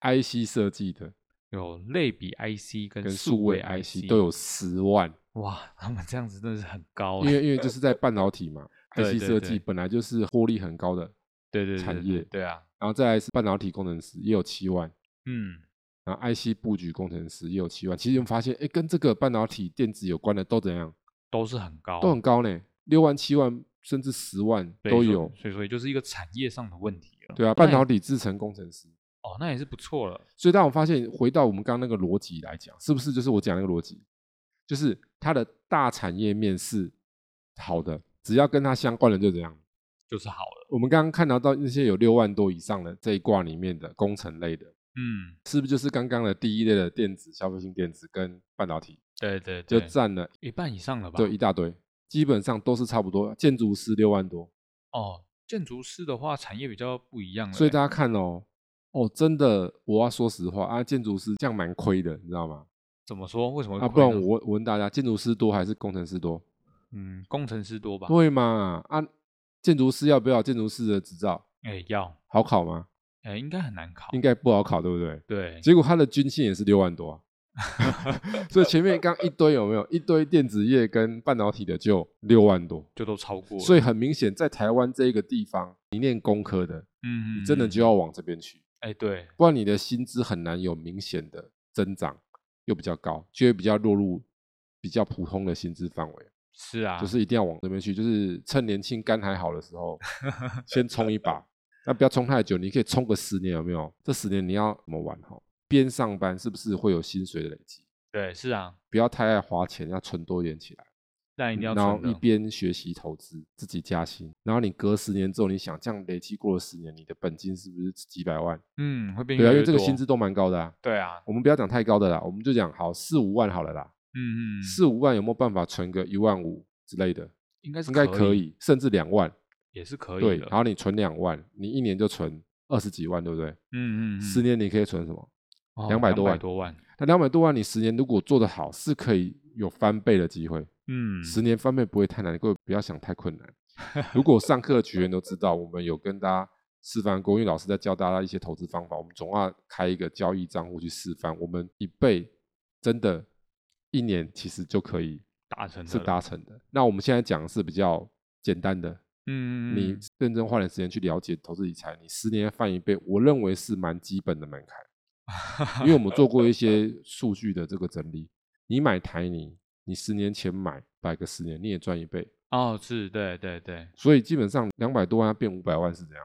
[SPEAKER 2] IC 设计的
[SPEAKER 1] 有类比 IC 跟
[SPEAKER 2] 跟
[SPEAKER 1] 数
[SPEAKER 2] 数
[SPEAKER 1] 位
[SPEAKER 2] 位
[SPEAKER 1] IC
[SPEAKER 2] IC 都有十万，
[SPEAKER 1] 哇，他们这样子真的是很高
[SPEAKER 2] 因
[SPEAKER 1] 欸，
[SPEAKER 2] 为因为就是在半导体嘛
[SPEAKER 1] *laughs* 对
[SPEAKER 2] ，IC
[SPEAKER 1] 对
[SPEAKER 2] 设
[SPEAKER 1] 对
[SPEAKER 2] 计本来就是获利很高的，
[SPEAKER 1] 对对对
[SPEAKER 2] 产
[SPEAKER 1] 对对
[SPEAKER 2] 业
[SPEAKER 1] 对啊，
[SPEAKER 2] 然后再来是半导体工程师也有七万，
[SPEAKER 1] 嗯，
[SPEAKER 2] 然后 IC 布局工程师也有七万，其实我们发现，哎，跟这个半导体电子有关的都怎样？
[SPEAKER 1] 都是很高，
[SPEAKER 2] 都很高呢，六万、七万甚至十万
[SPEAKER 1] 所以
[SPEAKER 2] 都
[SPEAKER 1] 说
[SPEAKER 2] 有。
[SPEAKER 1] 所以说也就是一个产业上的问题了。
[SPEAKER 2] 对啊，
[SPEAKER 1] 那
[SPEAKER 2] 半
[SPEAKER 1] 也
[SPEAKER 2] 导体制成工程师。
[SPEAKER 1] 哦，那也是不错了，
[SPEAKER 2] 所以当我发现回到我们刚刚那个逻辑来讲，是不是就是我讲那个逻辑，就是它的大产业面是好的，只要跟它相关的就怎样，
[SPEAKER 1] 就是好了，
[SPEAKER 2] 我们刚刚看到到那些有六万多以上的这一挂里面的工程类的，
[SPEAKER 1] 嗯，
[SPEAKER 2] 是不是就是刚刚的第一类的电子、消费性电子跟半导体，
[SPEAKER 1] 对对
[SPEAKER 2] 就
[SPEAKER 1] 对，
[SPEAKER 2] 占了
[SPEAKER 1] 一半以上了吧？
[SPEAKER 2] 对一大堆，基本上都是差不多。建筑师六万多，
[SPEAKER 1] 哦，建筑师的话产业比较不一样了欸，
[SPEAKER 2] 所以大家看哦，哦，真的，我要说实话啊，建筑师这样蛮亏的，你知道吗？
[SPEAKER 1] 怎么说？为什么会
[SPEAKER 2] 啊，不
[SPEAKER 1] 亏
[SPEAKER 2] 然
[SPEAKER 1] 呢
[SPEAKER 2] 我问我问大家，建筑师多还是工程师多？
[SPEAKER 1] 嗯，工程师多吧？
[SPEAKER 2] 对嘛？啊，建筑师要不要建筑师的执照？
[SPEAKER 1] 哎，要
[SPEAKER 2] 好考吗？
[SPEAKER 1] 哎，应该很难考，
[SPEAKER 2] 应该不好考，对不对？
[SPEAKER 1] 对，
[SPEAKER 2] 结果他的军薪也是六万多、
[SPEAKER 1] *laughs*
[SPEAKER 2] 啊，所以前面刚一堆有没有一堆电子业跟半导体的就六万多，
[SPEAKER 1] 就都超过了，
[SPEAKER 2] 所以很明显，在台湾这一个地方，你念工科的，
[SPEAKER 1] 嗯，
[SPEAKER 2] 你真的
[SPEAKER 1] 嗯
[SPEAKER 2] 就要往这边去，
[SPEAKER 1] 哎，对，
[SPEAKER 2] 不然你的薪资很难有明显的增长，又比较高，就会比较落入比较普通的薪资范围，
[SPEAKER 1] 是啊，
[SPEAKER 2] 就是一定要往这边去，就是趁年轻肝还好的时
[SPEAKER 1] *laughs*
[SPEAKER 2] 候，先冲一把。那不要冲太久，你可以冲个十年，有没有？这十年你要怎么玩好？边上班是不是会有薪水的累积？
[SPEAKER 1] 对，是啊，
[SPEAKER 2] 不要太爱花钱，要存多一点起来。
[SPEAKER 1] 但一定要
[SPEAKER 2] 嗯然后
[SPEAKER 1] 存
[SPEAKER 2] 一
[SPEAKER 1] 的，
[SPEAKER 2] 边学习投资，自己加薪，然后你隔十年之后，你想这样累积过了十年，你的本金是不是几百万？
[SPEAKER 1] 嗯，会变
[SPEAKER 2] 对啊，
[SPEAKER 1] 越来
[SPEAKER 2] 因为
[SPEAKER 1] 越
[SPEAKER 2] 这个
[SPEAKER 1] 多
[SPEAKER 2] 薪资，都蛮高的啊。
[SPEAKER 1] 对啊，
[SPEAKER 2] 我们不要讲太高的啦，我们就讲好四五万好了啦，
[SPEAKER 1] 嗯嗯，
[SPEAKER 2] 四五万有没有办法存个一万五之类的？
[SPEAKER 1] 应该是
[SPEAKER 2] 应该可
[SPEAKER 1] 以，
[SPEAKER 2] 以，甚至两万。
[SPEAKER 1] 也是可
[SPEAKER 2] 对
[SPEAKER 1] 以，
[SPEAKER 2] 然
[SPEAKER 1] 的，
[SPEAKER 2] 后你存两万，你一年就存二十几万，对不对？
[SPEAKER 1] 嗯嗯，哦
[SPEAKER 2] 十年你可以存什么？
[SPEAKER 1] 百
[SPEAKER 2] 200多万
[SPEAKER 1] 多万，
[SPEAKER 2] 那两百多万，你十年如果做得好，是可以有翻倍的机会。
[SPEAKER 1] 嗯，
[SPEAKER 2] 十年翻倍不会太难，各位不要想太困难。如果上课的学员都知道，我们有跟大家示范过，因为老师在教大家一些投资方法，我们总要开一个交易账户去示范。我们一倍真的，一年其实就可以
[SPEAKER 1] 达成的
[SPEAKER 2] 是
[SPEAKER 1] 了，
[SPEAKER 2] 达成的。那我们现在讲的是比较简单的，
[SPEAKER 1] 嗯，嗯，
[SPEAKER 2] 你
[SPEAKER 1] 嗯
[SPEAKER 2] 认真花点时间去了解投资理财，你十年翻一倍，我认为是蛮基本的门槛。因为我们做过一些数据的这个整理，你买台泥，你十年前买，摆个十年你也赚一倍，
[SPEAKER 1] *laughs* 哦，是，对对对，
[SPEAKER 2] 所以基本上两百多万变五百万是这样，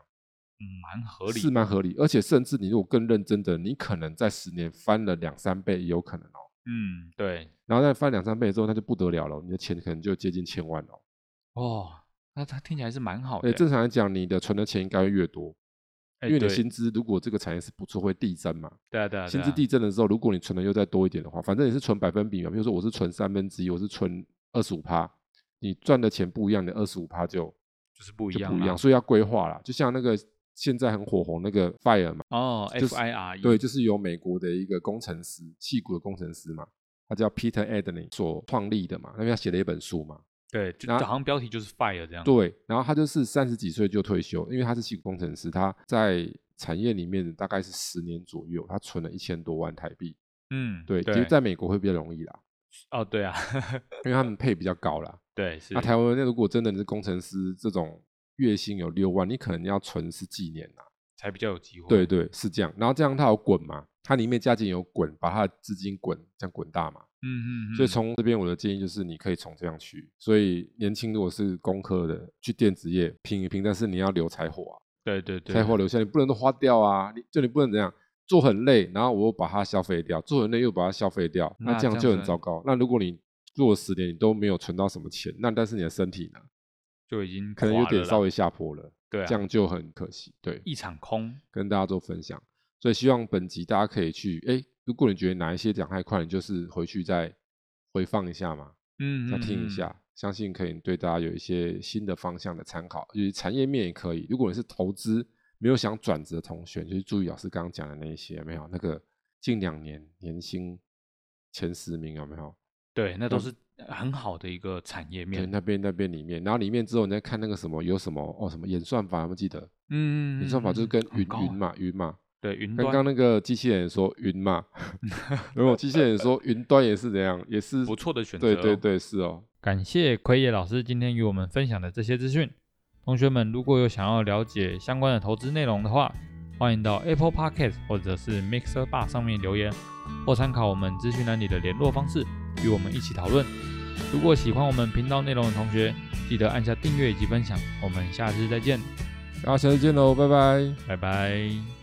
[SPEAKER 1] 嗯，蛮合理
[SPEAKER 2] 是
[SPEAKER 1] 的，
[SPEAKER 2] 蛮合理。而且甚至你如果更认真的，你可能在十年翻了两三倍也有可能哦。
[SPEAKER 1] 嗯，对，
[SPEAKER 2] 然后再翻两三倍之后，那就不得了了，你的钱可能就接近千万哦。
[SPEAKER 1] 哦，那它听起来是蛮好的
[SPEAKER 2] 而且
[SPEAKER 1] 欸，
[SPEAKER 2] 正常来讲，你的存的钱应该会越多，
[SPEAKER 1] 哎
[SPEAKER 2] 因为你的
[SPEAKER 1] 对
[SPEAKER 2] 薪资如果这个产业是不错，会递增嘛。
[SPEAKER 1] 对啊对啊，
[SPEAKER 2] 薪
[SPEAKER 1] 对
[SPEAKER 2] 资
[SPEAKER 1] 啊
[SPEAKER 2] 递增的时候，如果你存的又再多一点的话，反正你是存百分比嘛，比如说我是存三分之一，我是存二十五趴，你赚的钱不一样，你二十五趴就
[SPEAKER 1] 就是不一
[SPEAKER 2] 就
[SPEAKER 1] 样啊
[SPEAKER 2] 不一
[SPEAKER 1] 啦
[SPEAKER 2] 样，所以要规划啦。就像那个现在很火红那个 Fire 嘛，
[SPEAKER 1] 哦
[SPEAKER 2] 就
[SPEAKER 1] ，F
[SPEAKER 2] 是
[SPEAKER 1] I R E，
[SPEAKER 2] 对，就是由美国的一个工程师，戏骨的工程师嘛，他叫 Peter Adley 所创立的嘛，那边他写了一本书嘛，
[SPEAKER 1] 对，就
[SPEAKER 2] 然
[SPEAKER 1] 就
[SPEAKER 2] 后
[SPEAKER 1] 好像标题就是 fire 这样，
[SPEAKER 2] 对，然后他就是三十几岁就退休，因为他是系骨工程师，他在产业里面大概是十年左右，他存了一千多万台币，
[SPEAKER 1] 嗯，
[SPEAKER 2] 对，其
[SPEAKER 1] 对
[SPEAKER 2] 实，在美国会比较容易啦。
[SPEAKER 1] 哦，对啊， *laughs*
[SPEAKER 2] 因为他们配比较高啦。
[SPEAKER 1] 对，是
[SPEAKER 2] 那、，啊台湾那如果真的你是工程师这种月薪有六万，你可能要存十几年啦。
[SPEAKER 1] 才比较有机会，
[SPEAKER 2] 对，对，是这样。然后这样它有滚嘛？它里面加进有滚，把它的资金滚这样滚大嘛。
[SPEAKER 1] 嗯嗯，
[SPEAKER 2] 所以
[SPEAKER 1] 嗯
[SPEAKER 2] 从这边我的建议就是，你可以从这样去。所以年轻如果是工科的，去电子业拼一拼，但是你要留柴火啊，
[SPEAKER 1] 对对对，
[SPEAKER 2] 柴火留下，你不能都花掉啊。你就你不能怎样做很累，然后我又把它消费掉，做很累又把它消费掉，那
[SPEAKER 1] 那
[SPEAKER 2] 这样
[SPEAKER 1] 这样
[SPEAKER 2] 就
[SPEAKER 1] 子
[SPEAKER 2] 很糟糕。那如果你做了十年你都没有存到什么钱，那但是你的身体呢？
[SPEAKER 1] 就已经
[SPEAKER 2] 可能有
[SPEAKER 1] 垮
[SPEAKER 2] 点
[SPEAKER 1] 了啦
[SPEAKER 2] 稍微下坡了，
[SPEAKER 1] 对啊，
[SPEAKER 2] 这样就很可惜。对，
[SPEAKER 1] 一场空，
[SPEAKER 2] 跟大家做分享，所以希望本集大家可以去，哎，如果你觉得哪一些讲太快，你就是回去再回放一下嘛，
[SPEAKER 1] 嗯，
[SPEAKER 2] 再
[SPEAKER 1] 嗯
[SPEAKER 2] 听一，下，相信可以对大家有一些新的方向的参考，就是产业面也可以。如果你是投资没有想转职的同学，就是注意老师刚刚讲的那一些，有没有那个近两年年薪前十名有没有？
[SPEAKER 1] 对，那都是很好的一个产业
[SPEAKER 2] 对，
[SPEAKER 1] 面，嗯
[SPEAKER 2] 那边那边里面，然后里面之后你再看那个什么有什么哦什么演算法，有没有记得？
[SPEAKER 1] 嗯，
[SPEAKER 2] 演算法就
[SPEAKER 1] 嗯
[SPEAKER 2] 是跟
[SPEAKER 1] 很
[SPEAKER 2] 云
[SPEAKER 1] 高
[SPEAKER 2] 云
[SPEAKER 1] 啊
[SPEAKER 2] 嘛，云嘛。
[SPEAKER 1] 对云端，
[SPEAKER 2] 刚刚那个机器人说
[SPEAKER 1] *laughs*
[SPEAKER 2] 云嘛，如果机器人说云端也是怎样，也是
[SPEAKER 1] 不错的选择
[SPEAKER 2] 对对
[SPEAKER 1] 哦
[SPEAKER 2] 对，是哦。
[SPEAKER 1] 感谢奎野老师今天与我们分享的这些资讯。同学们，如果有想要了解相关的投资内容的话，欢迎到 Apple Podcast 或者是 Mixer Bar 上面留言，或参考我们资讯栏里的联络方式，与我们一起讨论。如果喜欢我们频道内容的同学，记得按下订阅以及分享。我们下次再见，
[SPEAKER 2] 大家下次见喽，拜拜。
[SPEAKER 1] 拜拜。